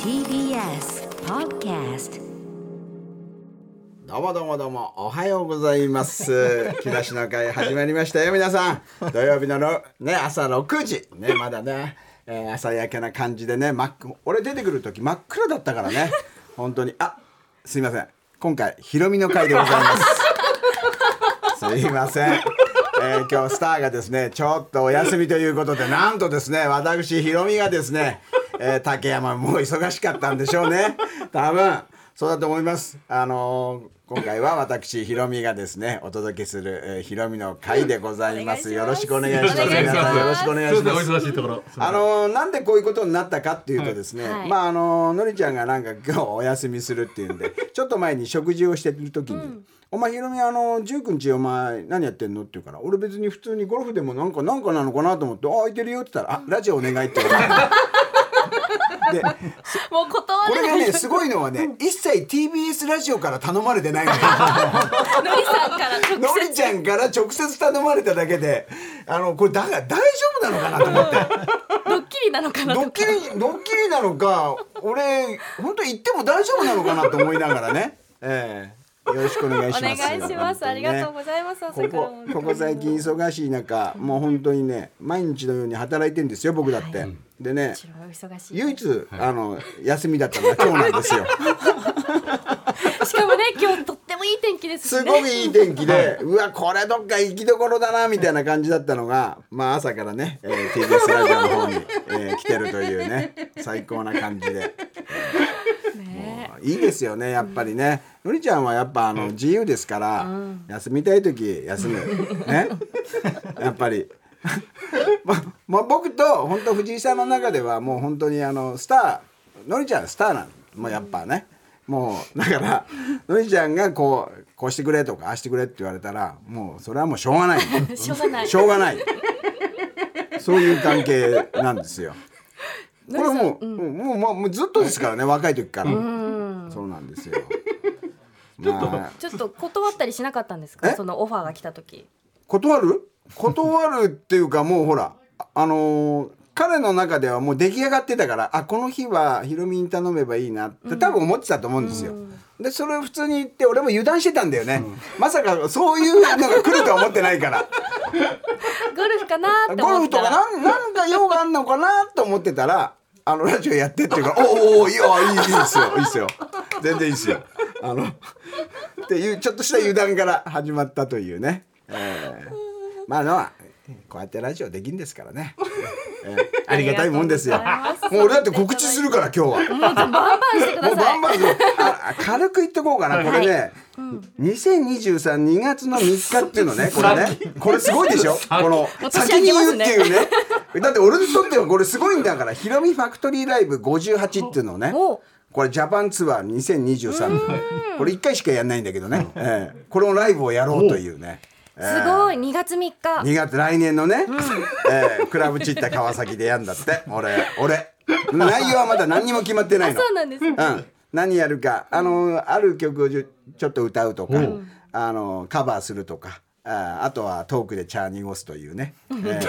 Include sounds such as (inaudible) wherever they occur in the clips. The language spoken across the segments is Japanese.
TBS Podcast どうもどうもどうもおはようございます。木梨の会始まりましたよ皆さん。土曜日のろね朝6時ねまだね、えー朝焼けな感じでね真っ暗俺出てくる時真っ暗だったからね本当にあすいません今回ヒロミの会でございます。すいません。えー今日スターがですねちょっとお休みということでなんとですね私ヒロミがですね、えー竹山もう忙しかったんでしょうね多分そうだと思いますあのー今回は私ヒロミがですねお届けする、えーヒロミの会でございますよろしくお願いしますお願いします皆さんよろしくお願いしますすませんお忙しいところ。あのーなんでこういうことになったかっていうとですね、はいまああのーのりちゃんがなんか今日お休みするってい (laughs) うんでちょっと前に食事をしてる時に「お前ひろみあのー19日お前何やってんの?」って言うから俺別に普通にゴルフでもなんかなんかなのかなと思って「あ空いてるよ」って言ったら「あラジオお願い」って言われて。で (laughs) もう断これれがねすごいのはね一切 TBS ラジオから頼まれてない (laughs) のよのりさんから直のりちゃんから直接頼まれただけであのこれだが大丈夫なのかなと思って。ドッキリなのかなドとッキリドッキリなのか俺本当に行っても大丈夫なのかなと思いながらね、ええよろしくお願いしお願まいすします。ありがとうございます。朝こからこここ最近忙しい中もう本当にね毎日のように働いてんですよ僕だって、でね白い忙しい。唯一、あの休みだったのが今日なん (laughs) ですよしかもね今日とってもいい天気ですしね。すごくいい天気でうわこれどっか行きどころだなみたいな感じだったのがまあ朝からね、えー TBS ラジオの方に、えー来てるというね最高な感じで。ねいいですよねやっぱりね、のりちゃんはやっぱあの自由ですから、休みたい時休むねやっぱり (laughs) まま僕と本当藤井さんの中ではもう本当にあのスターのりちゃんはスターなのもうやっぱね、もうだからのりちゃんがこうこうしてくれとかああしてくれって言われたらもうそれはもうしょうがない (laughs) しょうがないしょうがないそういう関係なんです (laughs) よこれもう、もうもうもうずっとですからね若い時から、そうなんですよまあ (laughs) ちょっと断ったりしなかったんですえか。そのオファーが来た時。断る断るっていうかもうほらああのー彼の中ではもう出来上がってたからあこの日はヒロミに頼めばいいなって多分思ってたと思うんですよ。でそれを普通に言って俺も油断してたんだよね、まさかそういうのが来るとは思ってないから。ゴルフかなってゴル思っフとた。からなんなんか用があんのかなと思ってたらあのラジオやってっていうから「おうおういいよいいいいですよいいですよ全然いいですよ」あのっていうちょっとした油断から始まったというね、えーまあのはこうやってラジオできんですからね、えーありがたいもんですよありがとうございますもう俺だって告知するから今日は。バンバンしてくもうだバさンい。バンそうああ軽く言っとこうかな、これね、2023、2月の3日っていうのね、これね、これすごいでしょ、この私先開にけま言うすっねていうね、だって俺にとってはこれすごいんだから、ヒロミファクトリーライブ58っていうのをねお、これ、ジャパンツアー2023、これ1回しかやんないんだけどね、ええこのライブをやろうというね。すごい2月3日。 2月来年のね、ええクラブチッタ川崎でやんだって俺俺内容はまだ何にも決まってないのそうなんです。うん、何やるかあのある曲をじゅちょっと歌うとか、あのカバーするとかああとはトークでチャー濁すというね、えー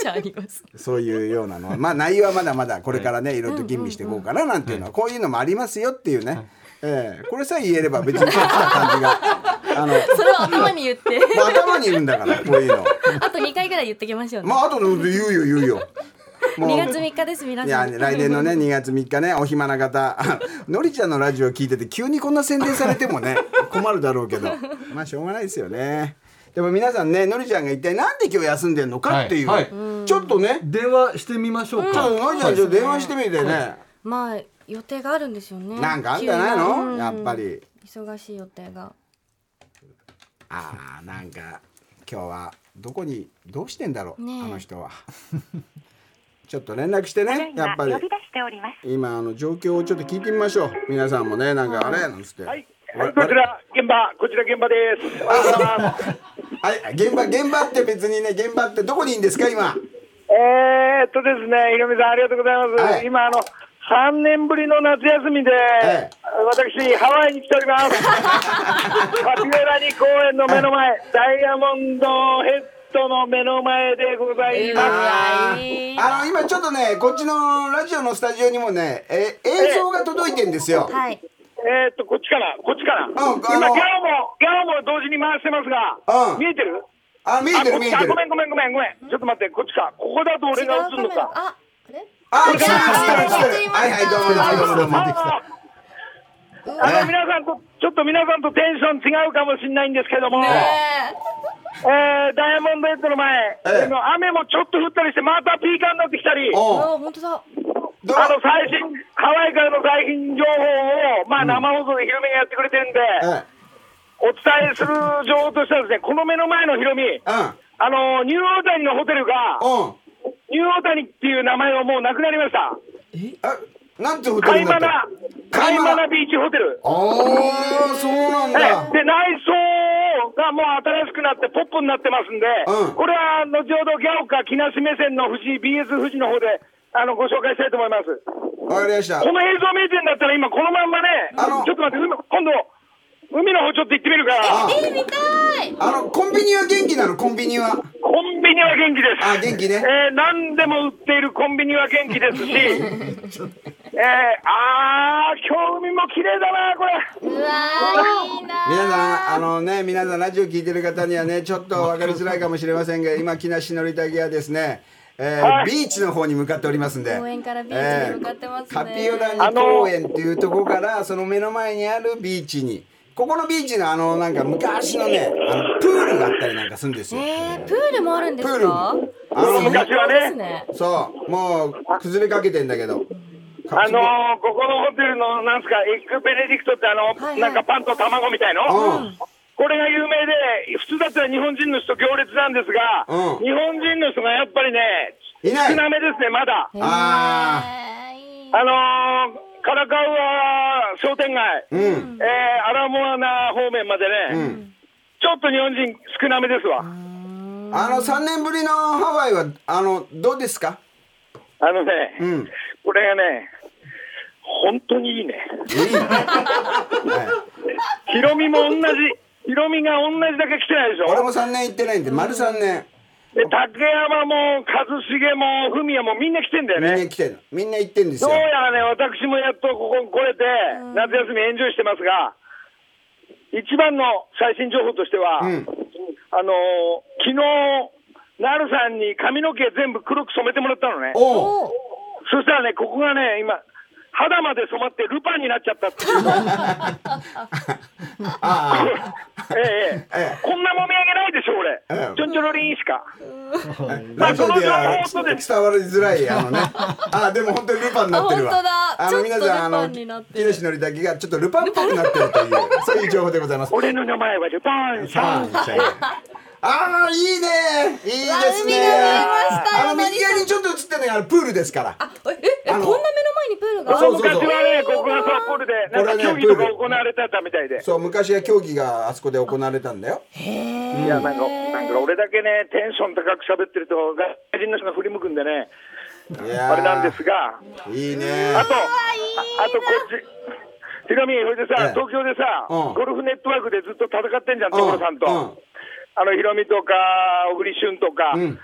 じゃああります。そういうようなのまあ内容はまだまだこれからねいろいろと吟味していこうかななんていうのはこういうのもありますよっていうね、えーこれさえ言えれば別にこっちな感じがあのそれを頭に言 (laughs) って。もう頭にいるんだからこういうの。あと2回ぐらい言ってきましょうね。まあ後のこと言うよ言うよ。もう2月3日です皆いさやん。来年のね2月3日ねお暇な (laughs) 方あのりちゃんのラジオ聞いてて急にこんな宣伝されても (laughs) ね困るだろうけどまあしょうがないですよねでも皆さんねのりちゃんが一体なんで今日休んでんのかっていう、はいはいちょっとね電話してみましょうちょっか。とのりちゃんちょっと電話してみてね、まあ予定があるんですよね。なんかあんじゃないの、急やなっうんぱり忙しい予定が。あーなんか今日はどこにどうしてんだろう、ねえあの人は (laughs) ちょっと連絡してねやっぱり呼び出しております。今あの状況をちょっと聞いてみましょう皆さんもねなんかあれなんつってはい、わはいこちら現場、こちら現場です。おはようございます。はい、現場、現場って別にね、現場ってどこにいるんですか、今。えーっとですね、ひろみさん、ありがとうございます。はい今、あの、3年ぶりの夏休みで、ええ私、ハワイに来てお (laughs) ります。カピオラニ公園の目の前、ダイヤモンドヘッドトの目の前でございます。あうわいーいあの今ちょっとねこっちのラジオのスタジオにもねえ映像が届いてんですよ、はい。えーっと、こっちから、こっちから。今、あのギャオも、ギャオも同時に回してますが、うん見えてるあ見えてあるこっ見ちえてあるごめんごめんごめんごめん。ちょっと待って、こっちか。ここだと違俺うがカ映るのメかラ。。あ、あれあ映こっってちるから映ってる映ってるはいはいどうもどうもどうもどうもああうあわの皆さんとちょっと皆さんとテンション違うかもしれないんですけども、ねえーダイヤモンドヘッドの前、ええあの雨もちょっと降ったりして、またピーカーになってきたり、あえ。おうあ、本当だ。どうの最新、ハワイからの最新情報を、まあ、生放送でヒロミがやってくれてるんで、うんお伝えする情報としてはですね、この目の前のヒロミ、うんあのニューオータニのホテルが、うんニューオータニっていう名前はもうなくなりました。あなんてホテカルイになマったナ、カカイイママナナビーチホテル。ああそうなんえだえで、内装がもう新しくなって、ポップになってますんで、うんこれは後ほどギャオか木梨目線の富士、BS 富士の方であのご紹介したいと思います。こわかりましたの映像見えてんだったら、今、このまんまねあの、ちょっと待って、海今度、海の方ちょっと行ってみるから、あえ、見たい。あのコンビニは元気なのコンビニはコンビニは元気です。あ元気ねえー何でも売っているコンビニは元気で (laughs) すし、えー、あー、今日海も綺麗だな、これ。うわー、いいな。皆さんあのね皆さんラジオ聞いてる方にはねちょっと分かりづらいかもしれませんが今木梨憲武はですね、えーはいビーチの方に向かっておりますんで公園からビーチに向かってますねカピオラニ公園っていうところからその目の前にあるビーチにここのビーチのあのなんか昔のねあのプールがあったりなんかするんですよえー、プールもあるんですプールかもあの昔はですね、ね。そうもう崩れかけてんだけどあのー、ここのホテルの、なんすか、エッグベネディクトってあの、はいはいなんかパンと卵みたいの、うんこれが有名で、普通だったら日本人の人行列なんですが、うん日本人の人がやっぱりね、いない少なめですね、まだ。あえーいいあのー、カラカウア商店街、ーうんえー、アラモアナ方面までうね、んちょっと日本人少なめですわ。あの3年ぶりのハワイはあのどうですかあのね、うんこれがね、本当にいいね。いい、はいヒロミも同じ、ヒロミが同じだけ来てないでしょ。俺も3年行ってないんで丸3年で竹山も一茂も文也もみんな来てんだよみんなね。来てるみんな行ってんですどようやらね、私もやっとここに来れて、夏休みエンジョイしてますが、一番の最新情報としてうは、んあのー昨日、なるさんに髪の毛全部黒く染めてもらったのね。おうお、そしたらね、ここがね、今、肌まで染まってルパンになっちゃ (laughs) ったっていう。あ (laughs) ええええこんなもみあげないでしょ、俺ええ。ちょんちょろりんしか。あラジオでは伝わりづらいあの (laughs) ねあでも本当にルパンになってるわあ本当だあの皆ちょっとさんあルのパンになってる猪のりだけがちょっとルパンっぽくなってるというそういう情報でございます俺の名前はルパンささん。ああーいいねいいですねうわ海が見えましたあの右側にちょっと映ってるのがあのプールですからあ、え、え、あこんのな目の前にプールがあそるうのそう昔そうはね、ここが札幌で、なんか競技とか行われてたみたいで。そう昔は競技があそこで行われたんだよいや、なんか、なんか俺だけね、テンション高く喋ってると、外人の人が振り向くんでね、いやーあれなんですが、いいねあと、ああとこっち。ひろみ、それでええさ、東京でさ、うんゴルフネットワークでずっと戦ってんじゃん、うん所さんと。うんあの、ひろみとか、小栗旬とか。うんで、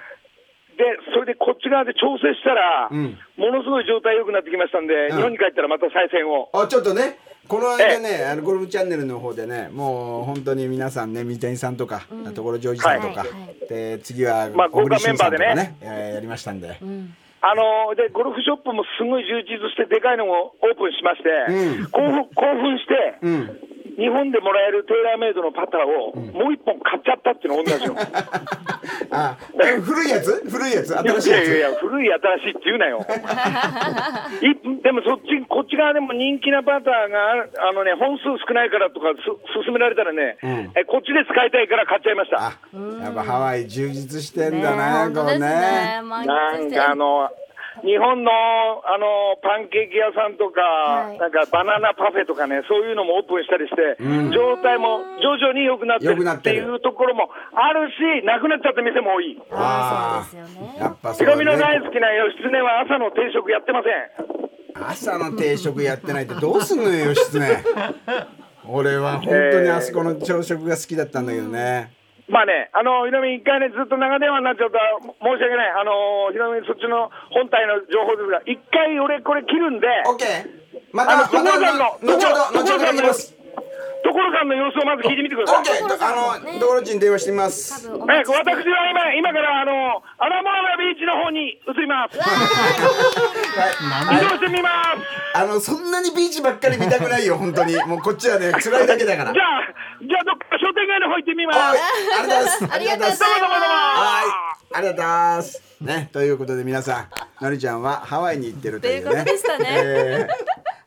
それでこっち側で調整したら、うんものすごい状態良くなってきましたんで、うん日本に帰ったらまた再戦を。あちょっとねこの間ね、あのゴルフチャンネルの方でねもう本当に皆さんね三谷さんとか、所ジョージさんとか、はいで次はまあ小栗旬さんとか豪華メね,、えーやりましたんで、あのでゴルフショップもすごい充実して、でかいのもオープンしまして、うん興奮興奮して、うん日本でもらえるテーラーメイドのパターを、もう一本買っちゃったっていうの、同じの。あ古いやつ古いやつ新しいいややいやついや、古い新しいって言うなよ。いでもそっち、こっち側でも人気なパターが、あのね、本数少ないからとかす、勧められたらね、うんえ、こっちで使いたいから買っちゃいました。あやっぱハワイ充実してんねだな、本こ当うですねね。満なん喫してかあの、日本のあのパンケーキ屋さんとか、はいなんかバナナパフェとかね、そういうのもオープンしたりして、状態も徐々に良くなって良るくなっっててるいうところもあるし、なくなっちゃった店も多い。あそうですよねやっぱそヒうだロミの大ね好きな義経は朝の定食やってません。朝の定食やってないってどうすんのよ義経俺は本当にあそこの朝食が好きだったんだけどね、まあね、あの、ひろみ、一回ね、ずっと長電話になっちゃったら、申し訳ない。あの、ひろみ、そっちの本体の情報ですが、一回俺これ切るんで、オッケー。まあの、た、ま所た、さんの、後ほど、後所ほどさんの行き様ま子す。、所さんの様子をまず聞いてみてくオださいッ。ケー。あの、道路人電話してみます。多分おえ待ち私してますは今、今から、あの、アラモアナビーチの方に移ります。移動してみます。あの、そんなにビーチばっかり見たくないよ、本当に。もうこっちはね、辛いだけだからじ。ゃあ、じゃあ、どっか商店街の方行ってみます。はい、ありがとうございます。ありがとうございますどうもどうもどうもはい、ありがとうございます。ね、ということで皆さん、のりちゃんはハワイに行ってるというね。ということでしたねえー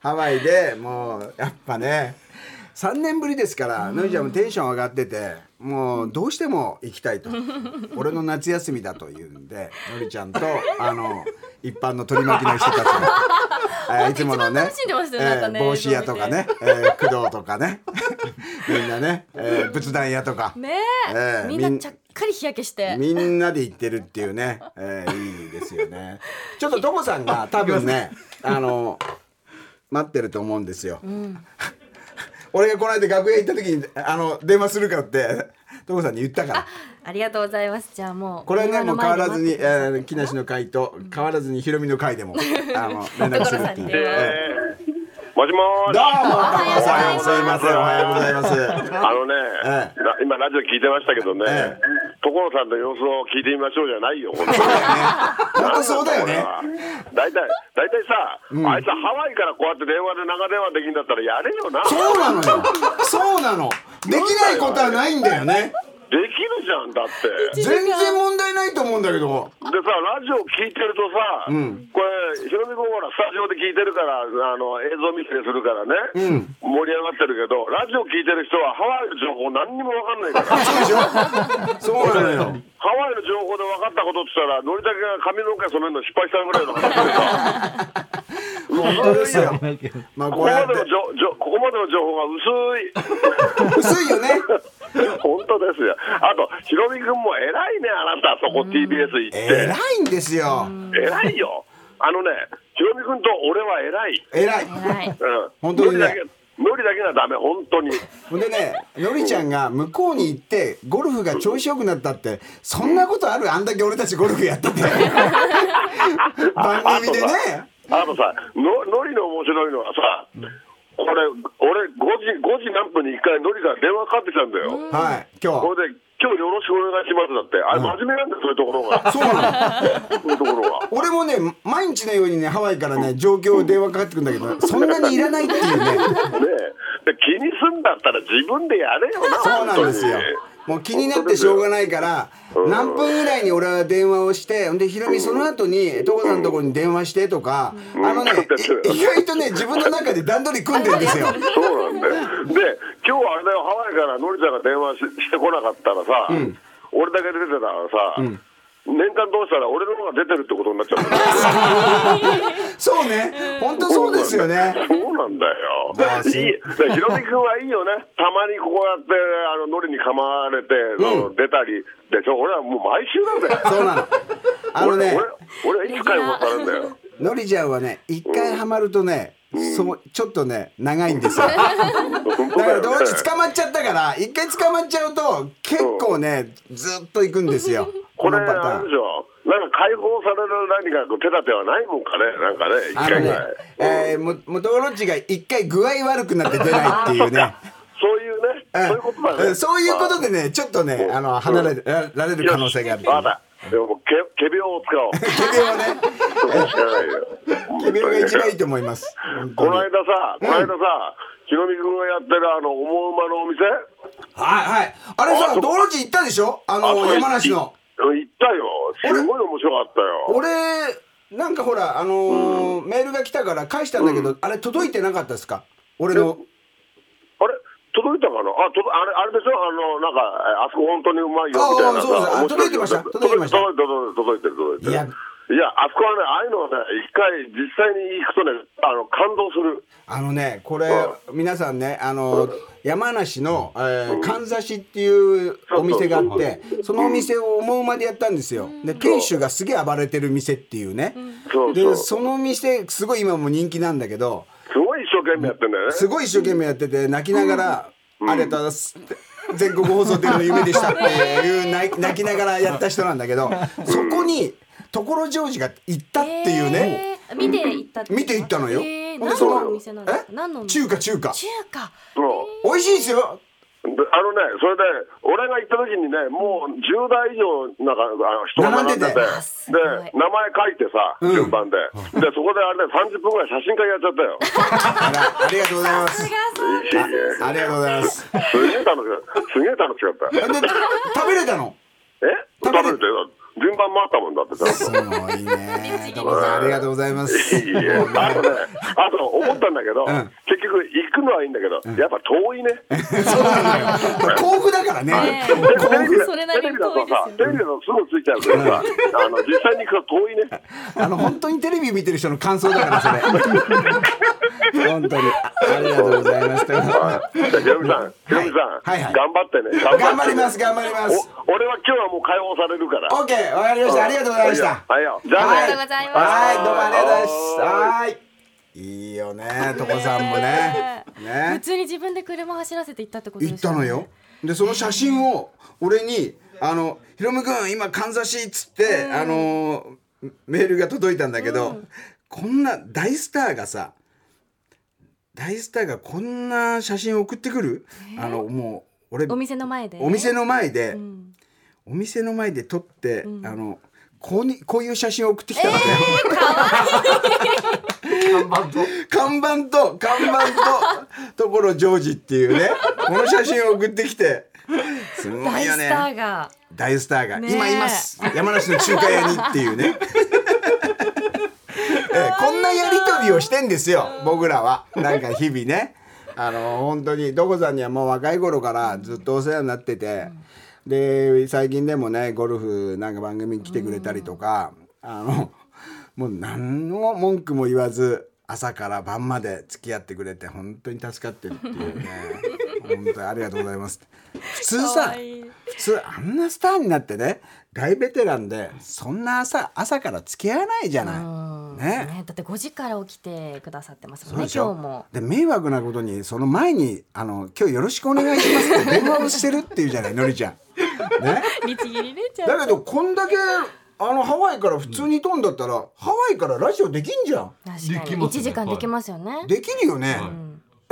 ハワイでもうやっぱね、3年ぶりですから、のりちゃんもテンション上がってて、もうどうしても行きたい (laughs) と。俺の夏休みだというんで、のりちゃんとあの一般の取り巻きの人たちが。 (laughs) えーいつものね一番楽しんでましたよなんかねえー帽子屋とかね、えー工藤とかね (laughs) みんなね、えー仏壇屋とか、ねえええみんなみんちゃっかり日焼けしてみんなで行ってるっていうね、えーいいですよね。ちょっとトモさん (laughs) が多分ね、あの、待ってると思うんですよ。 (laughs) 俺がこの間楽屋行った時に、あの、電話するからって、トモさんに言ったから。ありがとうございますじゃあもうこれはね、もう変わらずに、え電話の前で待ってー、木梨の会と、変わらずにヒロミの会でも、あ (laughs) の、連絡するっていう。所さんにえーえーもしもーしどうも、トモさん、おすいません、おはようございます。あのえね、えな今ラジオ聞いてましたけどね、ええ所さんの様子を聞いてみましょうじゃないよ、本当に。本当そうだよね。大体、大体さ、あいつハワイからこうやって電話で長電話できんだったらやれよな。そうなのよ。そうなの。できないことはないんだよね。できるじゃん、だって。で全然問題ないと思うんだけ (laughs) ど。さ、ラジオ聞いてるとさ、これ、ひろみ君ほら、スタジオで聞いてるから、あの、映像見せするからね、盛り上がってるけど、ラジオ聞いてる人はハワイの情報何にもわかんないから。 (laughs) そうでしょそうなのよ。ハワイの情報で分かったことって言ったら、ノリだけが髪の毛染めるの失敗したぐらいの話本当ですよ。まあここ (laughs) こうやまっでのてじょじょここまでの情報が薄いよね。薄い。 (laughs) 本当ですよ。あと、ヒロミ君も偉いね、あなた、そこ TBS 行って。偉いんですよ。偉いよ。あのね、ヒロミ君と俺は偉い。偉い。はいうん。本当にねノリだけ、ノリだけがダメ、本当に。ほんでね、のりちゃんが向こうに行ってゴルフが調子よくなったって、そんなことあるあんだけ俺たちゴルフやって (laughs) て。番組でね。あとさ、のノリの面白いのはさ、これ、俺5時、5時何分に1回ノリから電話かかってきたんだよ。はい、今こ日。れで、今日よろしくお願いしますだって、あれ、真面目なんだよ、そういうところが。そうなの。そういうところが。俺もね毎日のようにねハワイからね状況電話かかってくるんだけどそんなにいらないっていうねねえで気にすんだったら自分でやれよな、そうなんですよ本もう気になってしょうがないから何分ぐらいに俺は電話をしてんでひろみその後に所さんのところに電話してとかあのねい意外とね自分の中で段取り組んでるん (laughs) ですよ当にそうなんだよ。で、今日あれだよ、ハワイからのりちゃんが電話ししてこなかったらさ、俺だけ出てたらさ、年間通したら俺の方が出てるってことになっちゃうんだよそうね本当そうですよねそうなんだよ。まあいいでひろみ君はいいよね。たまにこうやって、あの、のりに構われて、その出たりでしょ。俺はもう毎週なんだよ。そうなのあのね俺俺俺はいつ解放されるんだ (laughs) よ。のりちゃんはね一回ハマるとねそうちょっとね長いんですよ本当だだからよね同時捕まっちゃったから一回捕まっちゃうと結構ねずっと行くんですよここれのあパターれでンしょ。なんか解放される何かこう手立てはないもんかね。なんかね一あの回ぐねらい。、えー、も元ロッチが一回具合悪くなって出ないっていう (laughs) ねそういうね、うんそういうことだうね。んそういうことでねちょっとねあの離れらられる可能性があるまだ。でもけ仮病を使おう。仮病 (laughs) はね知らないよ。仮病が一番いいと思います本こ当にのはい間さ、この間さ、ひろみ君がやってるあの思う馬のお店、はいあれさあそ道路地行ったでしょあのあそこ山梨の行ったよ。すごい面白かったよ。俺なんかほらあのーメールが来たから返したんだけど、あれ届いてなかったですか俺のあれ届いたかなあ、とどあれ、あれでしょあの、なんか、えあそこ本当にうまいよ、みたいなさ。ああそうですあ届いてました届いてました届いてる、届いてる、届いてる。届いてるいやいや、あそこはね、ああいうのはね、一回実際に行くとね、あの、感動する。あのねこれう皆さんねあの山梨の、えー、かんざしっていうお店があってそのお店を思うまでやったんですよで店主がすげえ暴れてる店っていうねそうそでう。すその店すごい今も人気なんだけどごい一生懸命やってんだよね。すごい一生懸命やってて泣きながら「ありがとうございます」って全国放送での夢でしたっていう泣き泣きながらやった人なんだけどそこに所ジョージが行ったっていうね、えー。見ていったってこと。見て行ったのよえーほんで何そののお店なんですか。え何のお店。中華中華中華。そう美味しいですよであのね、それで、俺が行った時にね、もう10代以上、なんか、あの人が並んでて、並んでてあすごいで、名前書いてさ、ん順番で、で、そこであれね、30分ぐらい写真会やっちゃったよ。あらありがとうございますいいねありがとうございますすげえ楽しかった。すげえ楽しかった。で食べれたのえ食食べべるるってよ順番回ったもんだってちゃんと。すごいね所さんありがとうございますいいえ (laughs) あとね、あと思ったんだけど、ん結局行くのはいいんだけど、やっぱ遠いね。そうなのよこれ甲府だからねねえでテレビで (laughs) それなテりレにビだ遠いとさ、でテレビだとすぐついちゃうからさ、あの実際に行くと遠いね。あの本当にテレビ見てる人の感想だからそれ本当にあありがとうございましたはいじゃあヒロミさん、ヒロミさはいはいん、頑張ってね。頑張ります頑張りますお俺は今日はもう解放されるから。オッケーわかりましたありがとうございましたはいよ。はいよじゃあはいねありがとうございますはいどうもありがとうございますはいいいよね所さんもね普ね通に自分で車走らせて行ったってこと行でっすよたねのよ。でその写真を俺に「あのひろむくん今かんざし」っつって、あのメールが届いたんだけど、こんな大スターがさ大スターがこんな写真送ってくる、あのもう俺お店の前で。お店。の前で、うん。お店の前で撮って、あのこうにこういう写真を送ってきたんだよ。 (laughs) 看板と看板 (laughs) とところジョージっていうねこの写真を送ってきてすご大いよスターねが。大スターがねえ今います山梨の中華屋にって (laughs) いうねえーこんなやりとりをしてんですよ僕らはなんか日々ねあの本当にどこさんにはもう若い頃からずっとお世話になってて、で最近でもねゴルフなんか番組に来てくれたりとか、あのもう何の文句も言わず朝から晩まで付き合ってくれて本当に助かってるっていうね本当にありがとうございます普通かさわいい普通あんなスターになってね大ベテランでそんな朝朝から付き合わないじゃうんない。ねね、だって5時から起きてくださってますそうもんねでし今ょ日もで迷惑なことにその前にあの「今日よろしくお願いします」 (laughs) って電話をしてるっていうじゃないのりちゃん。ね、律儀にねちゃんだけどこんだけあのハワイから普通に飛んだったら、ハワイからラジオ (laughs) できんじゃん。確かできにますね一時間できますよね。できるよね。は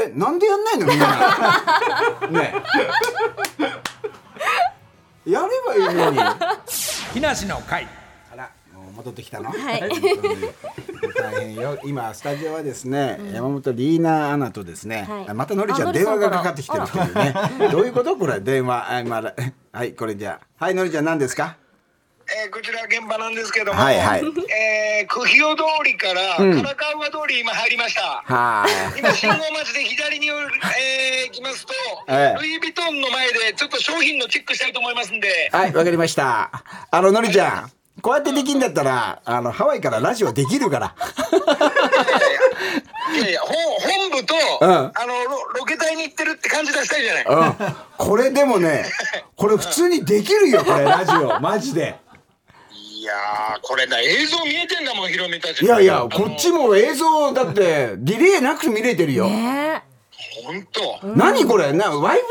えなんでやんないのみんな。ねえ。やればいいのに。あ木梨の会らもう戻ってきたの。はい。 (laughs) 大変よ今スタジオはですね、山本リーナアナとですね、はいまたのりちゃんあ電話がかかってきてるというねどういうことこれ電話あまあはいこれじゃあはいのりちゃん何ですかえーこちら現場なんですけども、はいはいえー、久肥尾通りから唐川通り今入りました。は (laughs) 今信号待ちで左に寄る、えー、行きますと、ええルイ・ヴィトンの前でちょっと商品のチェックしたいと思いますんでい、はい、わかりましたあののりちゃんこうやってできんだったらあのハワイからラジオできるからいやいやほ本部と、うんあのロロケ隊に行ってるって感じ出したいじゃない、うんこれでもねこれ普通にできるよこれラジオマジでいやーこれだ映像見えてんだもんヒロミたちいやいやあのこっちも映像だってリレーなく見れてるよ、ね本当何これな w i f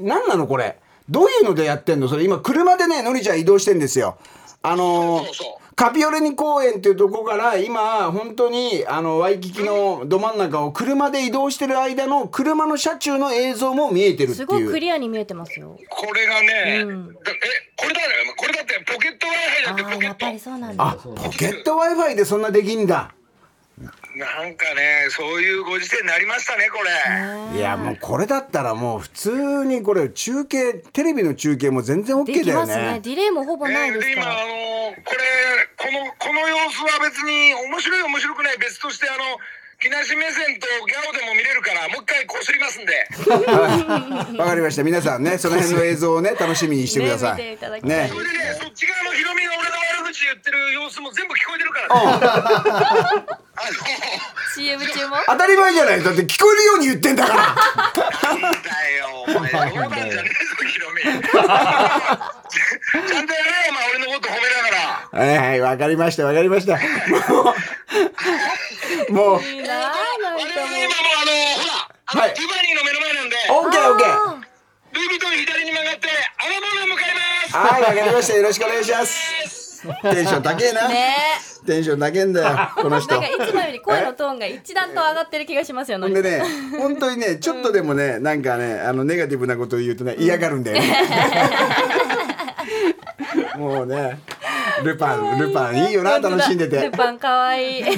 i 何なのこれどういうのでやってんのそれ今車でねのりちゃん移動してんですよあのーそうそうそカピオレニ公園っていうとこから今本当にあのワイキキのど真ん中を車で移動してる間の車の車中の映像も見えてるってえ、いすうごいクリアに見えてますよ。これがね、だえこれだよこれだってポケット Wi-Fi だあってポあケやッっトぱりそうなんだ。あポケット w i f i でそんなできんだなんかね、そういうご時世になりましたね、これ。いやもうこれだったらもう普通にこれ中継テレビの中継も全然 OK でだきよますね。ねディレイもほぼないねですで、か今、あら。のこれ、この、この様子は別に面白い、面白くない、別として、あの。木梨目線とギャオでも見れるから、もう一回こすりますんで。わかりました皆さんねその辺の映像をね楽しみにしてくださいね見ていただきたいねそれでね、そっち側のヒロミが俺の悪口言ってる様子も全部聞こえてるから、ね。あの、 CM 中も。当たり前じゃないだって聞こえるように言ってんだ (laughs) からなんだよ、お前、冗談じゃねえぞ、ヒロミ。ちゃんとやれよ、お前、俺のこと褒めながら。はいはいわかりましたわかりましたもうもういいなあなん我かもう々今もうあのほら、あのはいティファニーの目の前なんで、オッケーオッケールイ・ヴィトン左に曲がって、あの門へ向かいます。はい、わかりました。よろしくお願いし (laughs) ます。テンション高えな。ねテンション高えんだよ、このえ。な人んか。いつもより声のトーンが一段と上がってる気がしますよ、のほんりでさん。ね、本当にね、ちょっとでもね、なんかね、あのネガティブなことを言うとね、嫌がるんだよね。 (laughs) もうね、ルパン、ルパンいいよな、楽しんでて。ルルパパ (laughs) ン可愛い。ン。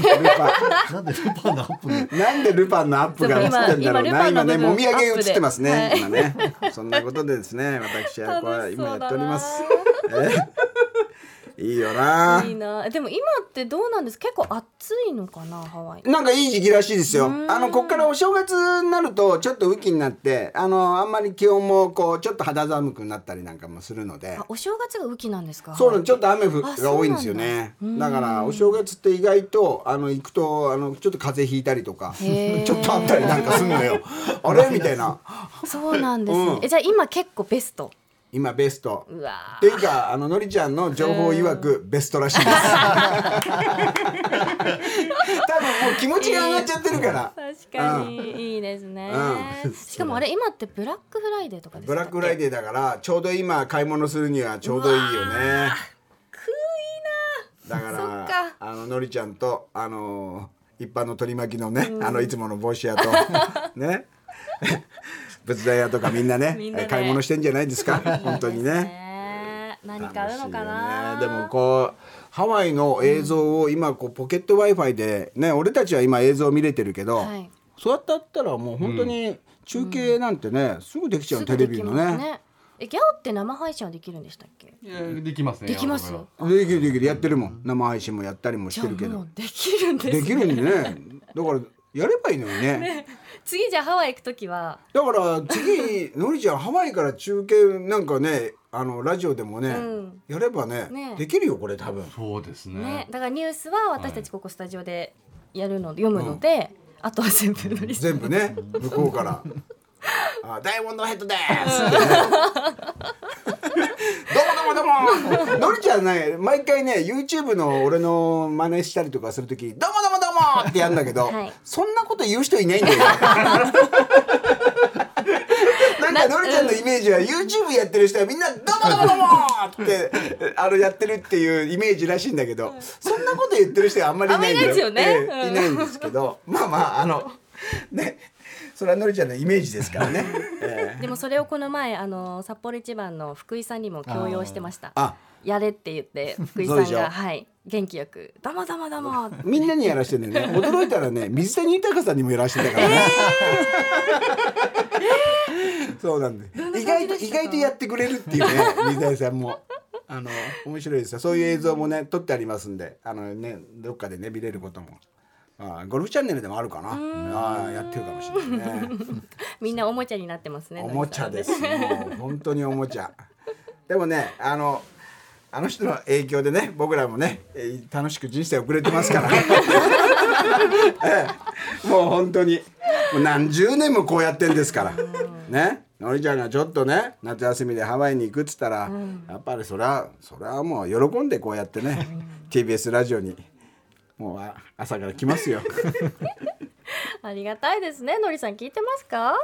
なんでルパンのアップになんでルパンのアップが映ってんだろうな、そう今今ね、今ルパンの部分もみあげ映ってますアッね、プで今ね。そんなことでですね、 (laughs) 私はこれ、楽しそう今やだなっております。え (laughs) いいよないい。な。でも今ってどうなんです結構暑いのかなハワイ。なんかいい時期らしいですよ。あのこっからお正月になるとちょっと雨季になって、あのあんまり気温もこうちょっと肌寒くなったりなんかもするのであ、お正月が雨季なんですか。そうなのちょっと雨ふあが多いんですよね。そうなんだだからお正月って意外とあの行くとあのちょっと風邪ひいたりとか、(laughs) へーちょっとあったりなんかすんのよ。あれみたいな。そうなんですね。うんえじゃあ今結構ベスト。今ベスト。うわっていうかあののりちゃんの情報曰くベストらしい (laughs) です。多分もう気持ちが上がっちゃってるから。確かにいいですね、うんしかもあれ今ってブラックフライデーとかですブラックフライデーデーだからちょうど今買い物するにはちょうどいいよねだからそっかあののりちゃんとあのー一般の取り巻きのね、あのいつもの帽子屋 (laughs) とね (laughs) 仏壇屋とかみんなねみんなね買い物してんじゃないですか本当にねね何かあるのかな、楽しいよねでもこうハワイの映像を今こうポケット w i f i でね俺たちは今映像見れてるけど、はいそうやってやったらもう本当に中継なんてね、すぐできちゃうすテぐレでビきのますねえギャオって生配信はできるんでしたっけいやできますねできます山田できるできるやってるもん生配信もやったりもしじゃてあるけもどうできるんです、ね、できるんでねだからやればいいのにね次じゃあハワイ行くときはだから次のりちゃんハワイから中継なんかねあのラジオでもね、うんやればねねできるよこれ多分君はそうですねねだからニュースは私たちここスタジオでやるの読むので、あとは全部のりさ全ん部ね向こうから「あダイヤモンドヘッドです!」どうもどうもどうものりちゃんね毎回ね YouTube の俺の真似したりとかする時「どうもどうもどうも!」ってやるんだけど、はいそんなこと言う人いないんだよ。 (laughs) なんかのりちゃんのイメージは YouTube やってる人はみんな「どうもどうもどうも!」って (laughs) あのやってるっていうイメージらしいんだけどそんなこと言ってる人はあんまりいないんだあんまりいないですよねええうんいないんですけどまあまああのねそれはのりちゃんのイメージです (laughs) からね。ええでもそれをこの前あの札幌一番の福井さんにも強要してましたあやれって (laughs) 言って福井そうさでんしょがはい元気よく「だまだまだ (laughs) ま」みんなにやらしてんだよね驚いたらね水谷豊さんにもやらしてたからね、 (laughs) そうなんで意外と意外とやってくれるっていうね水谷さんもあの面白いですよそういう映像もね撮ってありますんであのねどっかでね見れることもあゴルフチャンネルでもあるかなあーやってるかもしれないねみんなおもちゃになってますねおもちゃですもう本当におもちゃ (laughs) でもねあのあの人の影響でね僕らもねえー楽しく人生遅れてますから、 (laughs) ええもう本当にもう何十年もこうやってんですからねのりちゃんがちょっとね夏休みでハワイに行くっつったら、やっぱりそれはそれはもう喜んでこうやってね TBS ラジオにもうあ朝から来ますよ。ありがたいですねのりさん聞いてますか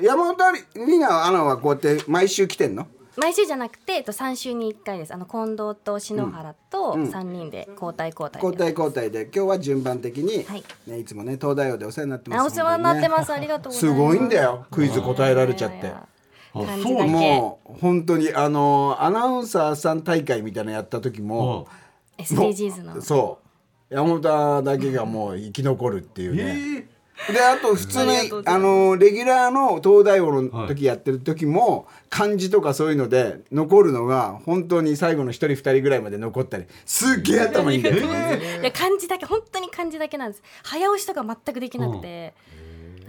山本里奈アナはこうやって毎週来てんの毎週じゃなくて、えっと、3週に1回ですあの近藤と篠原と3人で交代交代で、交代交代で今日は順番的に、はいね、いつもね東大王でお世話になってあまおす世話になってます、本ありがと当うにごねすざいますごいんだよクイズ答えられちゃっいやていやあ感じそうだけもう本当にあのアナウンサーさん大会みたいなのやった時も SDGs のそう山本だけがもう生き残るっていうえね、ーであと普通にりがとうござあいますのレギュラーの東大王の時やってる時も、漢字とかそういうので残るのが本当に最後の一人二人ぐらいまで残ったりすっげえ頭いいんだよ、ね、いや漢字だけ本当に漢字だけなんです早押しとか全くできなくて、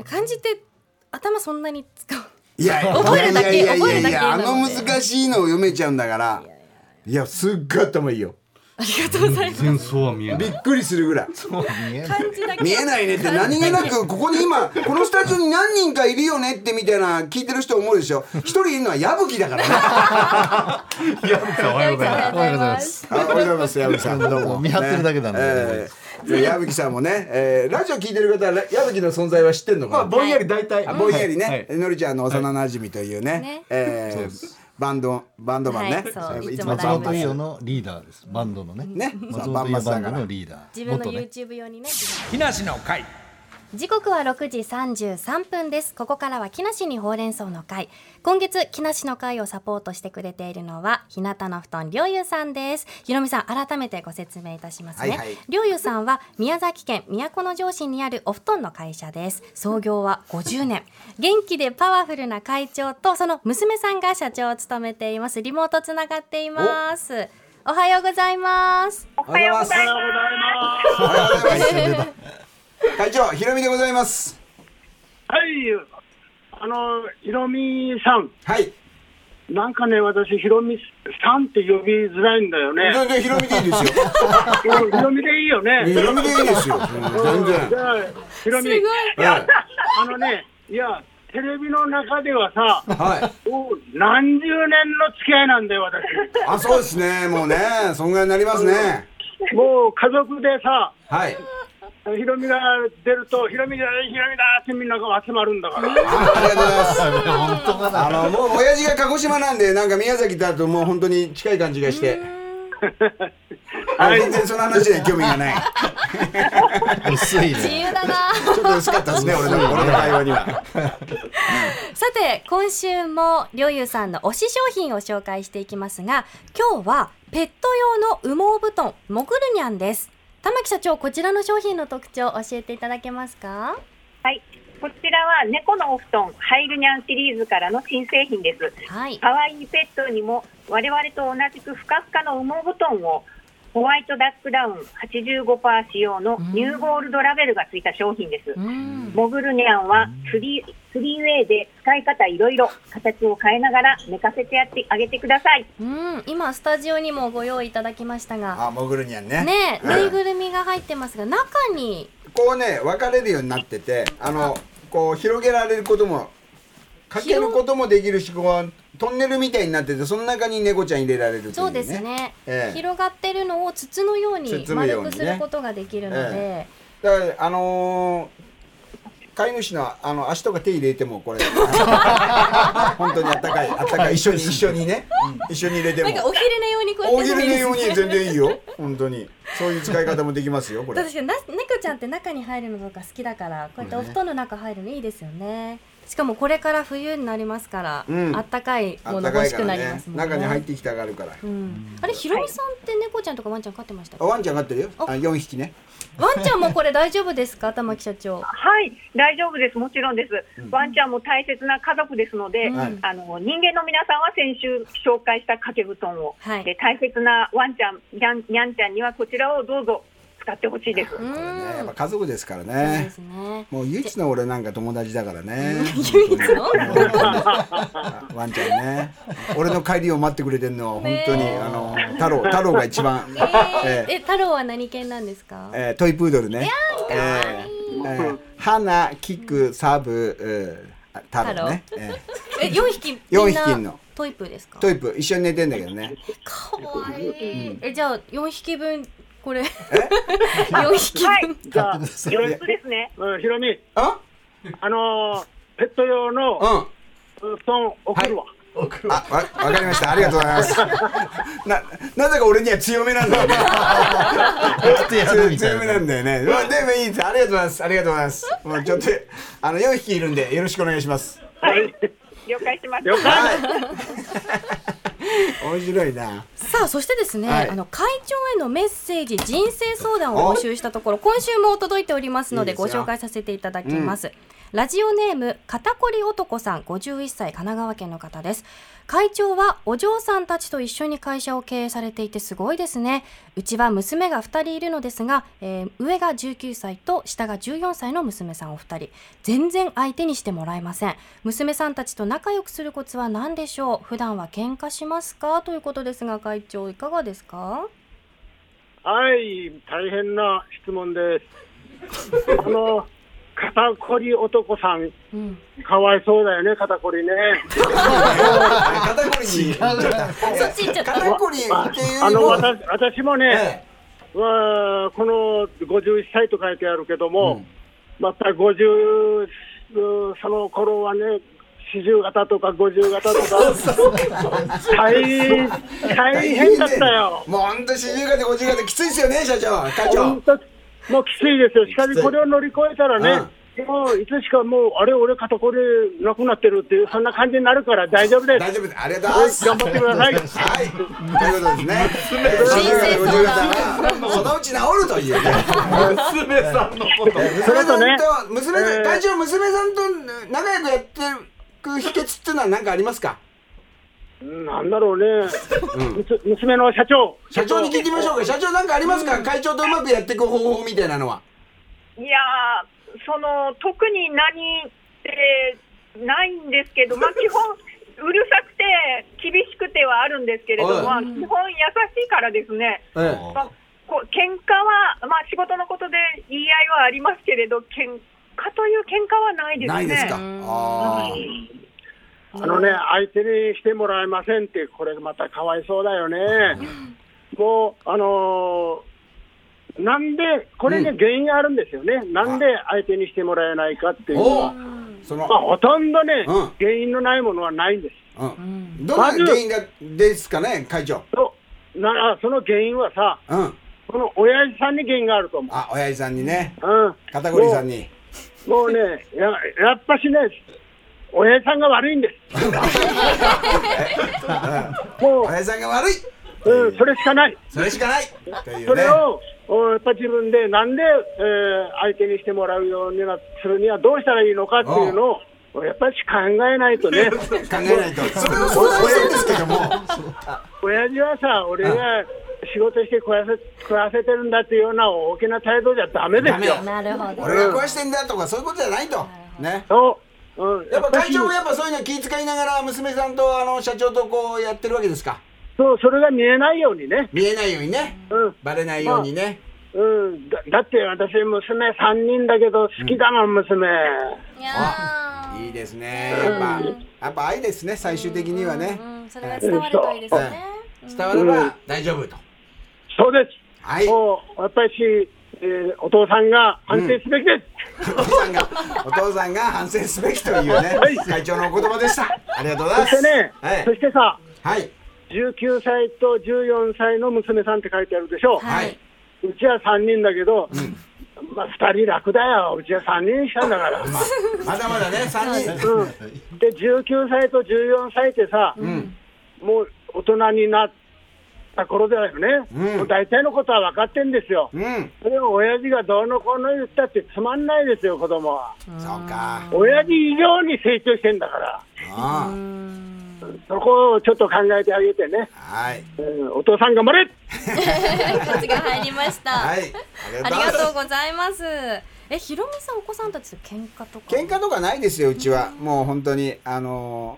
漢字って頭そんなに使ういやいや覚えるだけいやいやいやいや覚えるだけあなのでの難しいのを読めちゃうんだからいやすっごい頭いいよありがとうございます戦争は見えなびいっくりするぐらい見えない漢字だけ見えないね (laughs) って何気なくここに今このスタジオに何人かいるよねってみたいな聞いてる人思うでしょ一人いるのは矢吹だ (laughs) からねいやおはようございますおはようございますあおはようございます矢吹さんどうも見張ってるだけなんでえ矢吹さんもね、えーラジオ聞いてる方はら矢吹の存在は知ってんのまあかなぼんやり大体あぼんやりね、はいのりちゃんの幼馴染というね,、ねえーそうですバンドバンドマンね、はいそうえーいつも松ライブ本伊代のリーダーですバンドのねね松そうバ本ン伊マ代スだかバらンドのリーダー自分の元ね YouTube 用にね木梨の会時刻は6時33分ですここからは木梨にほうれん草の会今月木梨の会をサポートしてくれているのは日向の布団りょうゆさんですひろみさん改めてご説明いたしますはねいはいりょうゆさんは宮崎県都城市にあるお布団の会社です創業は50年元気でパワフルな会長とその娘さんが社長を務めていますリモートつながっていますおはようございますおはようございますおはようございます会長ひろみでございますはい、あの、ひろみさん、はいなんかね、私、ひろみさんって呼びづらいんだ (laughs) よね。全然ひろみでいいですようんひろみでいいよね。ひろみでいいですよ全然じゃあ、ひろみ、はいあのね、いや、テレビの中ではさ、はいもう何十年の付き合いなんだよ、 (laughs) 私。あそうですねもうねそんぐらいになりますねもう家族でさ、はいひろみが出ると、ひろみだ、ひろみだってみんなが集まるんだから。あありがとうございます本当かなあ (laughs) のもう親父が鹿児島なんでなんか宮崎だともう本当に近い感じがしてあの全然その話には興味がない薄い自ね由だなちょっと薄かったですね俺の俺の会話にはさて今週もりょうゆさんの推し商品を紹介していきますが今日はペット用の羽毛布団モグルニャンです玉木社長こちらの商品の特徴を教えていただけますかはい。こちらは猫のお布団、ハイルニャンシリーズからの新製品です。はい可愛いペットにも我々と同じくふかふかの羽毛布団をホワイトダックダウン85%使用のニューゴールドラベルがついた商品です。うんモグルニャンはスリースリーウェイで使い方いろいろ形を変えながら寝かせてやってあげてください。うん今スタジオにもご用意いただきましたがあモグルニャンねねえうんぬいぐるみが入ってますが中にこうね分かれるようになっててあのこう広げられることもかけることもできるしこうトンネルみたいになっててその中に猫ちゃん入れられるっていねそうですね、ええ広がってるのを筒のように包むよう丸にねくすることができるので、えだからあのー飼い主のあの足とか手入れてもこれ (laughs) 本当にあったかいあったかい一緒に一緒にね、一緒に入れてもなんかお昼寝用にこうやって大喜利のでようすねに全然いいよ本当にそういう使い方もできますよ (laughs) これ確かにな猫ちゃんって中に入るのとか好きだからこうやってお布団の中入るのいいですよねしかもこれから冬になりますから、うんあったかいあもっのたか欲いしからくなねりますもんね中に入ってきたがるからうん、あれひろみさんって猫ちゃんとかワンちゃん飼ってましたあかワンちゃん飼ってるよあ4匹ねワンちゃんもこれ大丈夫ですか玉木社長はい、大丈夫です。もちろんです。ワンちゃんも大切な家族ですので、うんあの人間の皆さんは先週紹介した掛け布団を、はいで大切なワンちゃん、にゃんにゃんちゃんにはこちらをどうぞ使ってほしいです。うこれねやっんぱ家族ですからそうでねすねもう唯一の俺なんか友達だからね唯一のあ (laughs) ワンちゃんね俺の帰りを待ってくれてるのは本当にねえあの太郎太郎が一番えーえええ太郎は何犬なんですかえートイプードルねえーえー花キクサブうー太郎ねえーえ四匹四み匹いんんなのトイプーですかトイプー一緒に寝てんだけどねかわいい、えじゃあ四匹分これ四匹分、じゃあ、よろしくですね。うんひろみ、ああのーペット用のうんあ布団送るわ。わわかりましたありがとうござい (laughs) ますななぜか俺には強めなんだよねやってやるみた強いめななんだよねまあでもいいですありがとうございますありがとうございますもうちょっとあの4匹いるんでよろしくお願いしますはい、了解しました。はい。面白いな。さあそしてですね、はいあの会長へのメッセージ人生相談を募集したところ今週も届いておりますのでいいごですよ紹介させていただきます、ラジオネーム肩こり男さん51歳神奈川県の方です会長はお嬢さんたちと一緒に会社を経営されていてすごいですねうちは娘が2人いるのですが、えー上が19歳と下が14歳の娘さんお二人全然相手にしてもらえません娘さんたちと仲良くするコツは何でしょう普段は喧嘩しますかということですが会長いかがですかはい、大変な質問です。あの、肩こり男さん、うんかわいそうだよね、肩こりね。肩こりに行っちゃった。そっち行っちゃった肩こりっていうよありの、も。私、私もね、えはこの51歳と書いてあるけども、また50その頃はね、40型とか50 (laughs) 型とか、大大変だったよ。もう本当四十型五十型きついですよね社長課長本当もうきついですよ、しかしこれを乗り越えたらね、もういつしかもう、あれ、俺、肩こりなくなってるっていう、そんな感じになるから大丈夫です。大丈夫ですありがとうございます頑張ってください。はい、ということですね。えー50型、50型が、そのうち治るというね。娘さんのこと。娘さんねと、娘さえん、ー会長、娘さんと仲良くやってく秘訣っていうのは何かありますかなんだろうね、むつ娘の社長、社長に聞きましょうか。社長なんかありますか会長とうまくやっていく方法みたいなのは。いやー、その特に何ってないんですけど、まあ、基本、うるさくて、厳しくてはあるんですけれどはも、いまあ基本、優しいからですね、えまあ、こう喧嘩は、まあ、仕事のことで言い合いはありますけれど、喧嘩という喧嘩はないですね。ないですか。ああ。あのね、相手にしてもらえませんって、これまたかわいそうだよね。もう、あのーなんで、これね、原因があるんですよね、なんで相手にしてもらえないかっていうのおはお。そのまあ、、ほとんどね、うん原因のないものはないんです。うん。どんな原因がですかね会長。となその原因はさ、うん。この親父さんに原因があると思あ、親父さんにね。う。うん、片栗さんに。もうもうね、ややっぱしね、親父さんが悪いんです。 (laughs) も親父さんが悪い。う、うん、それしかない。それしかない。というね。それを、おやっぱ自分でなんで、えー相手にしてもらうようになするにはどうしたらいいのかっていうのを、やっぱり考えないと (laughs) ね。考えないと。それを想像してるんですけども。親父はさ、俺が仕事して食わせ食わせてるんだっていうような大きな態度じゃダメでダすメよだ。。なるほど。俺が壊してんだとかそういうことじゃないと。ね。そう、うん、やっぱぱし会長もやっぱそういうの気遣いながら娘さんとあの社長とこうやってるわけですかそう、それが見えないようにね。見えないようにねうん、バレないようにね、うん、だだって私娘3人だけど好きだもん娘、いやいいですねやっぱ、やっぱ愛ですね最終的にはねー、うん、それが伝わるといいですね。伝われば大丈夫と、そうです、はいおもうやっぱり、えーお父さんが反省すべきです、父さんがお父さんが反省すべきというねはい会長のお言葉でしたありがとうございまそしすてね、はいそしてさはい19歳と14歳の娘さんって書いてあるでしはょ、はいい、うちは3人だけど、まあ、2人楽だようちは3人したんだから、まあまだまだね3人うん、で19歳と14歳ってさ、もう大人になった頃だよね、んもう大体のことは分かってんですよ、うんそれを親父がどうのこうの言ったってつまんないですよ、子供は。そうか親父以上に成長してんだから、あそこをちょっと考えてあげてね、あはいうんお父さん頑張れコツが入りました。はいあ (laughs) ありりががとうございとますうございます。え、ひろみさん、お子さんたちと喧嘩とか。喧嘩とかないですようちはもう本当にあの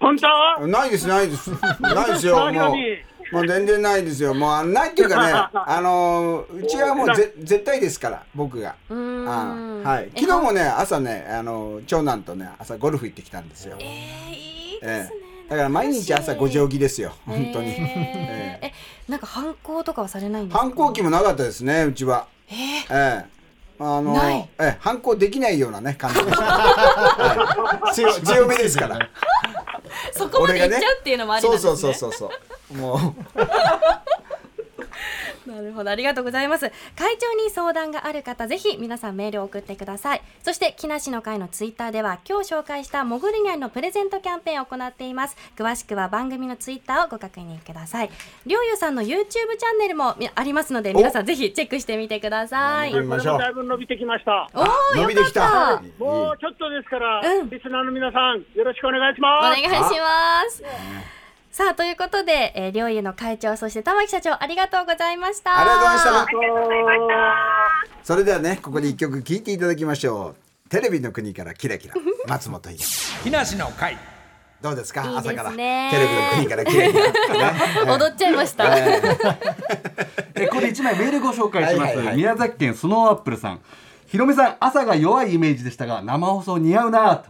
ー本当ないです、ない (laughs) です。ないですよ、何もう何。もう全然ないですよ。もう、ないっていう (laughs) かね、あのー、うちはもうぜ絶対ですから、僕が。うーんあはい。昨日もね、朝ね、あのー、長男とね、朝ゴルフ行ってきたんですよ。えー、いいでえすね。えだから毎日朝ご定規。規ですよ、本当に。ええーえ、なんか反抗とかはされないんえですか。反抗期もなかったですね、うちは。えええ。あのなーい、ええ、反抗できないようなね、感じでしたはい (laughs) 強強めですから。ーそこまで行っちゃうっていうのもありなんそうですそね。うそうそうそう。もう。なるほど、ありがとうございます。会長に相談がある方、ぜひ皆さんメールを送ってください。そして、木梨の会のツイッターでは、今日紹介したモグルニャンのプレゼントキャンペーンを行っています。詳しくは番組のツイッターをご確認ください。りょうゆさんの YouTube チャンネルもみありますので、皆さんぜひチェックしてみてください。見ましょうだいぶ伸びてきました。おー、伸よびてかきったた。もうちょっとですから、うんリスナーの皆さん、よろしくお願いしおま願いす。します。さあ、ということで、えー、りょうゆの会長、そして玉木社長、ありがとうございました。ありがとうございました。あそれではねここで一曲聴いていただきましょうテレビの国からキラキラ松本伊代木梨の会。どうですかいいです朝ねからテレビの国からキラキラ、ね踊っちゃいました。えこれ一枚メールご紹介します、はいはいはい宮崎県スノーアップルさん (laughs) ひろめさん朝が弱いイメージでしたが生放送似合うなぁと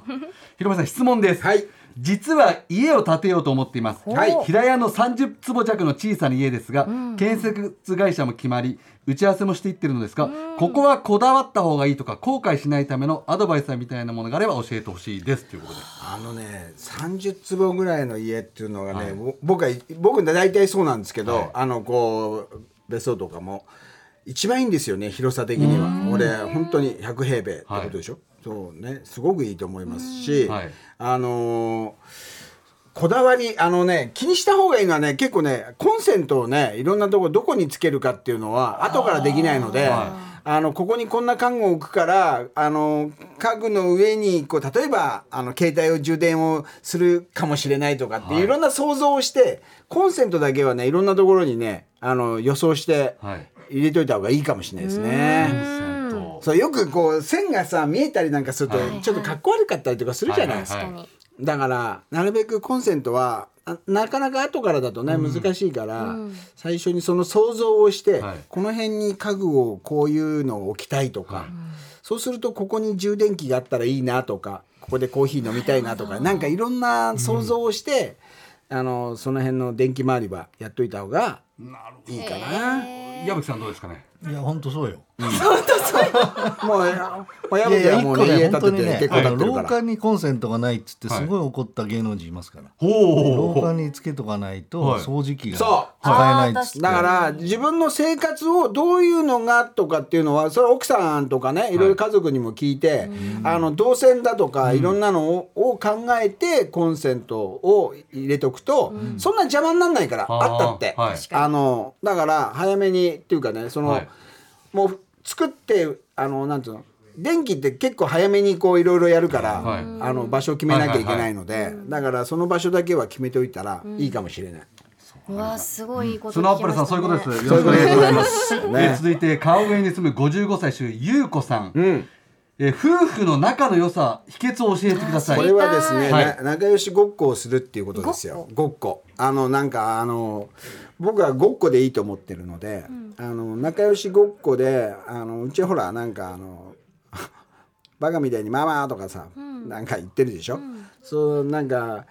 ひろめさん質問です、はい実は家を建てようと思っています、はい平屋の30坪弱の小さな家ですが、ん建設会社も決まり打ち合わせもしていってるのですが、ここはこだわった方がいいとか後悔しないためのアドバイスみたいなものがあれば教えてほしいですということであのね30坪ぐらいの家っていうのがね、ぼ僕は僕大体そうなんですけど、あのこう別荘とかも一番いいんですよね広さ的には俺本当に100平米ってことでしょ、そうねすごくいいと思いますし、あのーこだわりあのね気にした方がいいのはね結構ねコンセントをねいろんなとこどこにつけるかっていうのは後からできないので。あのここにこんな家具を置くからあの家具の上にこう例えばあの携帯を充電をするかもしれないとかって、い、ろんな想像をしてコンセントだけはねいろんなところにねあの予想して入れといた方がいいかもしれないですね。そうよくこう線がさ見えたりなんかするとちょっとかっこ悪かったりとかするじゃないですはいかはいはい。だからなるべくコンセントはあなかなか後からだとね難しいから、最初にその想像をして、この辺に家具をこういうのを置きたいとか、そうするとここに充電器があったらいいなとかここでコーヒー飲みたいなとかなんかいろんな想像をして、あのその辺の電気回りはやっといた方がいいかな。矢吹さんどうですかねいや本当そうよ。もうもう矢吹はもうね家建てて結構あ経っのてる廊から。下にコンセントがないっつってすごい怒った芸能人いますから。ほう廊下につけとかないとはい掃除機がそう使えないっつって。だから自分の生活をどういうのがとかっていうのはそれは奥さんとかねいろいろ家族にも聞いて、あの動線だとかいろんなのを,、考えてコンセントを入れとくと、そんな邪魔にならないから、あーあったって、はいあのだから早めにっていうかねその、もう作ってあのなんていうの電気って結構早めにこういろいろやるから、あの場所を決めなきゃいけないので、だからその場所だけは決めておいたらいいかもしれない。うわすごいいいことそのアップルさん、そういうことです。そういうことでございまよろしくすお願いしまねえー続いて、川越に住む55歳主婦、ゆうこさん。えー夫婦の仲の良さ、秘訣を教えてください。これはですね、はいな仲良しごっこをするっていうことですよごっこあのなんかあの僕はごっこでいいと思ってるので、あの仲良しごっこであのうちほらなんかあの (laughs) バカみたいに「ママ」とかさ、なんか言ってるでしょ、そうなんか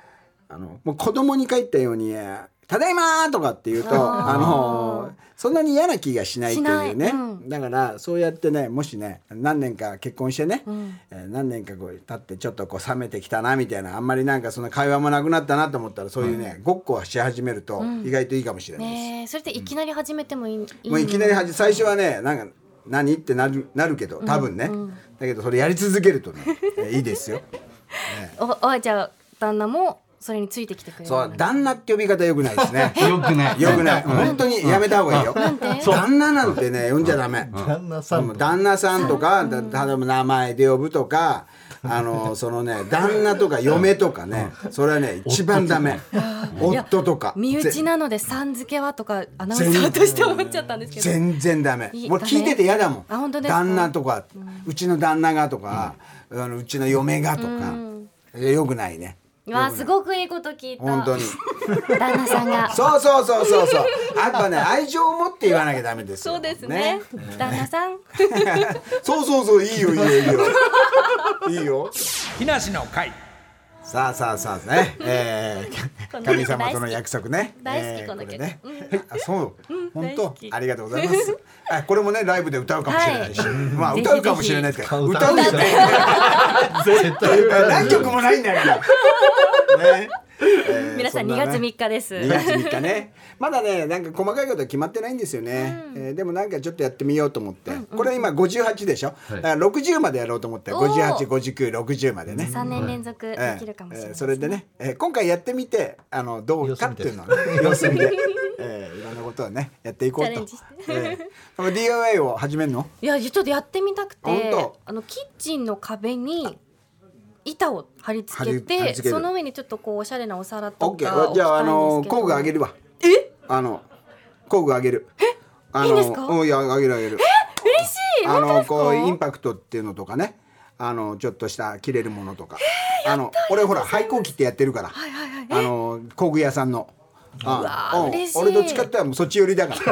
あのもう子供に帰ったように「ただいま!」とかって言うとあのそんなに嫌な気がしないというねしないうんだからそうやってねもしね何年か結婚してね、んえー何年かこう経ってちょっとこう冷めてきたなみたいなあんまりなんかその会話もなくなったなと思ったらそういうね、ごっこをし始めるとうん意外といいかもしれない、ねえそれでいきなり始めてもいい、もういきなりはじ最初はねなんか何ってなるなるけど多分ね、うんうんだけどそれやり続けるとねえいいですよおおじゃあ旦那もそれについてきてくれるそう旦那って呼び方よくないですねよくないよくないうん本当にやめた方がいいよなんで旦那なんてね呼んじゃダメ旦那さんうん旦那さんとかだ例えば名前で呼ぶとかあのそのね旦那とか嫁とかねそれはね一番ダメ夫とか身内なのでさん付けはとかアナウンサーとして思っちゃったんですけど全然ダメいい俺聞いてて嫌だもんダメあ本当ですか旦那とかうちの旦那がとかあのうちの嫁がとかよくないねわあすごくいいこと聞いた本当に旦那さん (laughs) がそうそうそうそう (laughs) そうやっぱね愛情を持って言わなきゃダメですよそうですね旦那さんそうそうそういいよいいよいいよいいよ木梨の会さあさあさあね、えこー、の神様との約束ね大好きえーこの曲れね、あそう、本当ありがとうございまう (laughs) すあこれもねライブで歌うかもしれないし、はいまあぜひ歌うかもしれないですけどぜひ歌うよね (laughs) 絶対歌う何曲もないんだから (laughs) ね、 (laughs) えー皆さんそ2なね月3日です2月3日ねまだねなんか細かいことは決まってないんですよね、えーでもなんかちょっとやってみようと思って、これ今58でしょ、だから60までやろうと思っておー585960までね3年連続できるかもしれえーないえーそれでね、えー今回やってみてあのどうかっていうのをね (laughs) 様子見で、えーいろんなことをねやっていこうチャレンとジして、えー、DIY を始めるのいやちょっとやってみたく本て当あのキッチンの壁に板を貼り付け貼り貼りて付けるその上にちょっとこうおしゃれなお皿と OK かじゃああの置きたいんですけど工具あげるわえあの工具あげるえあのいいんですかうんいやあげるあげる嬉し (laughs) いあ本当でのすこうインかパクトっていうのとかねあのちょっとした切れるものとか、あの俺ほら廃校機ってやってるから、あの工具屋さんのあうわうん嬉しい俺どっちかってはもうそっち寄りだから (laughs)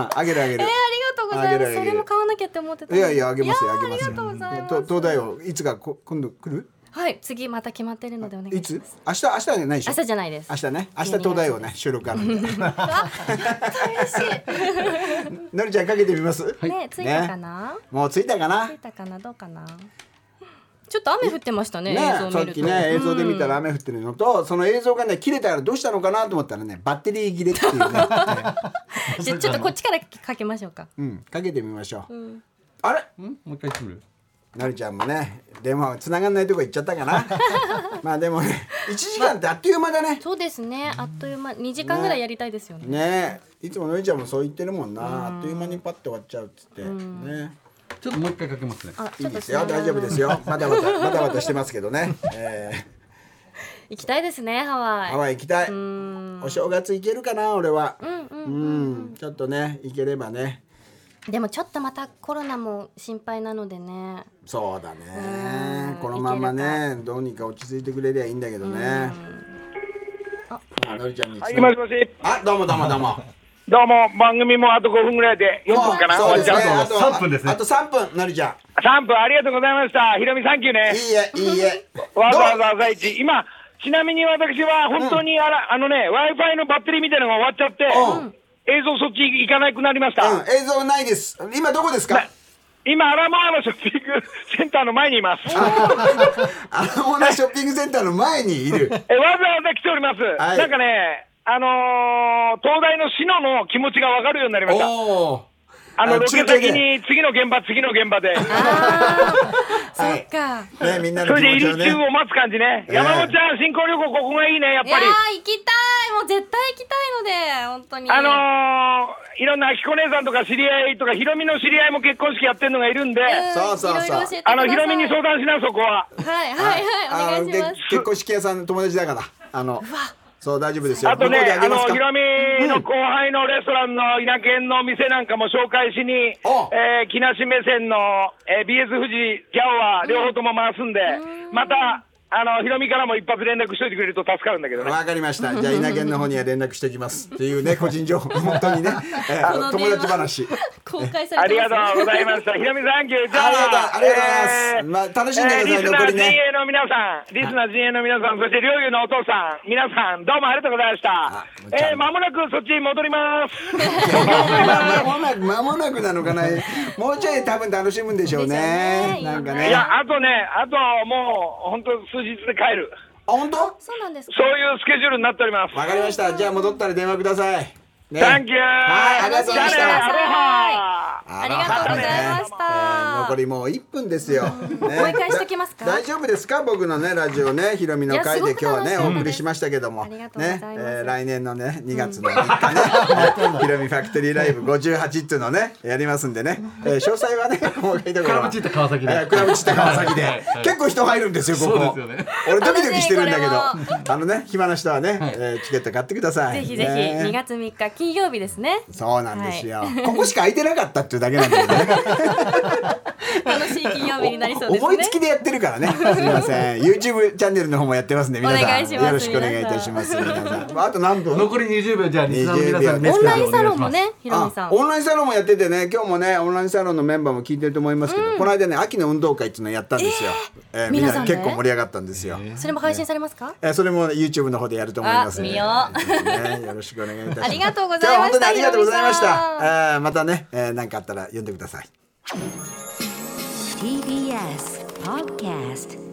(laughs) うんあげるあげえー、るありがとうございあげるあまげするそれも買わなきゃって思ってたいやいやあげますよいやあげますよありがとうございますと東大王いつかこ今度来るはい次また決まってるのでお願いしいますつ明日明日じゃないでしょ明日じゃないです明日ね明日東大をね収録あるんでのりちゃんかけてみますねついたかな、もうついたかなついたかなどうかなちょっと雨降ってましたねね映像を見るとさっきね映像で見たらうん雨降ってるのと、その映像がね切れたからどうしたのかなと思ったらねバッテリー切れって (laughs) いうね、 (laughs) じゃあちょっとこっちからかけましょうか、うん、かけてみましょううんあれもう一回するのりちゃんもね電話つながんないとこ行っちゃったか (laughs) なまあでもね1時間ってあっという間だねそうですねあっという間2時間ぐらいやりたいですよねねえいつものりちゃんもそう言ってるもんな、あっという間にパッと終わっちゃうっつって、うんねちょっともう一回かけますねあちいょいっとでつすなよがらな大い丈夫です (laughs) よまだまだまだまだしてますけどね、え行きたいですねハワー、イハワイ行きたい、うんお正月行けるかな俺はうんうんうん、ちょっとね行ければねでもちょっとまたコロナも心配なの (laughs) でねそうだね、うんこのままねどうにか落ち着いてくれりゃいいんだけどね、あのりちゃんにはい、もしもし。あどうもどうもどうもどうも、番組もあと5分ぐらいで、4分かな、そう終でわっすちねゃうと思う。あと3分ですねあと3分のりちゃん3分ありがとうございました。ひろみ、サンキューねい。いえいいえわざわざ朝一。今、ちなみに私は本当にあら、あのね、Wi-Fi のバッテリーみたいなのが終わっちゃって、映像そっち行かなくなりました。うん、映像ないです。今どこですか。今、アラモアのショッピングセンターの前にいます。えわアラモナショッピングセンターの前にいる。ざわざ来ております。はいなんかね、あのー東大の篠の気持ちがわかるようになりました。おお。ああの、ロケ中継で先に次の現場、次の現場で。はそっかい。ね、みんなそのれ気で持入ちりをね中。を待つ感じね。ええ山本ちゃん、新婚旅行、ここがいいね、やっいやーぱり。行きたいもう絶対行きたいので本当にあのー、いろんなあきこ姉さんとか知り合いとか、ヒロミの知り合いも結婚式やってるのがいるんで、んそうそうそういろいろ教えてくださいあの、ヒロミに相談しな、そこはは。いはいあはいおの願いしますけ結婚式屋さんの友達だから。あの。そう、大丈夫ですよ。あと向こね、うでああげまのす、かヒロミの後輩のレストランの稲犬の店なんかも紹介しに、おえー、木梨目線の、えー、BS 富士、ギャオは両方とも回すんで、また、あの、ヒロミからも一発連絡しといてくれると助かるんだけどね。わかりました。じゃあ、稲県の方には連絡しておきます。っていうね、個人情報、本当にね。えーこの電友話達話。公開さあれりてまがすとねうございました。ひろみさん、今日じゃありがとう、ありがとうございます。まあ、楽しんでえーくださリい、残スナーり陣ね。営の皆さん、リスナー陣営の皆さん、そして両友のお父さん、皆さん、どうもありがとうございましあた。えー、まもなくそっちに戻ります。まもなく、まもなくなのかな。もうちょい、多分楽しむんでしょうでしょうね。ねなんかいね。あ、や、あとね、あともう、本当数日で帰る。本当。 (laughs) そうなんですかそういうスケジュールになっております。わかりました。じゃあ戻ったら電話ください。ねサンキューはい、ありがとうございましじゃあねアた。ロハありがとうございましえー残たりもう1分ですよ。ねもう一回しときますかだ大丈夫ですか僕のねラジオねひろみの会いやすごくで今日はね楽しかったですお送りしましたけどもありねがとうございますー来年のね2月の3日ね (laughs) ひろみファクトリーライブ58っていうのをねやりますんでね、えー詳細はねもう一回ところクはラブチッタ川崎えーでクラブチッタ川崎で結構人入るんですよここそうですよね俺ドキドキしてるんだけ楽しどあのね暇な人はね、えーチケット買ってくださいぜひぜひね2月3日金曜日ですねそうなんですよ、ここしか空いてなかったっていうだけなんだけどね楽しい金曜日になりそうですね思いつきでやってるからね。すみません。YouTube チャンネルの方もやってますんで、皆おさ願いんしますよろしくお願いいたします。皆さん。あと何分？残り20秒じゃあリスナーの皆さんにメッオセーンラジイをンおサ願いロンしもますねひろみさあんオンラインサロンもやっててね今日もねオンラインサロンのメンバーも聞いてると思いますけど、この間ね秋の運動会っていうのをやったんですよ、えーみん皆なさんね結構盛り上がったんですよ、えそれも配信されますかーそれも YouTube の方でやると思いますんであね、よろしくお願いいたしますありがとうございま今日は本した当にありがとうございましひろみた、えーまたね何、えーなんかあったら読んでください TBS Podcast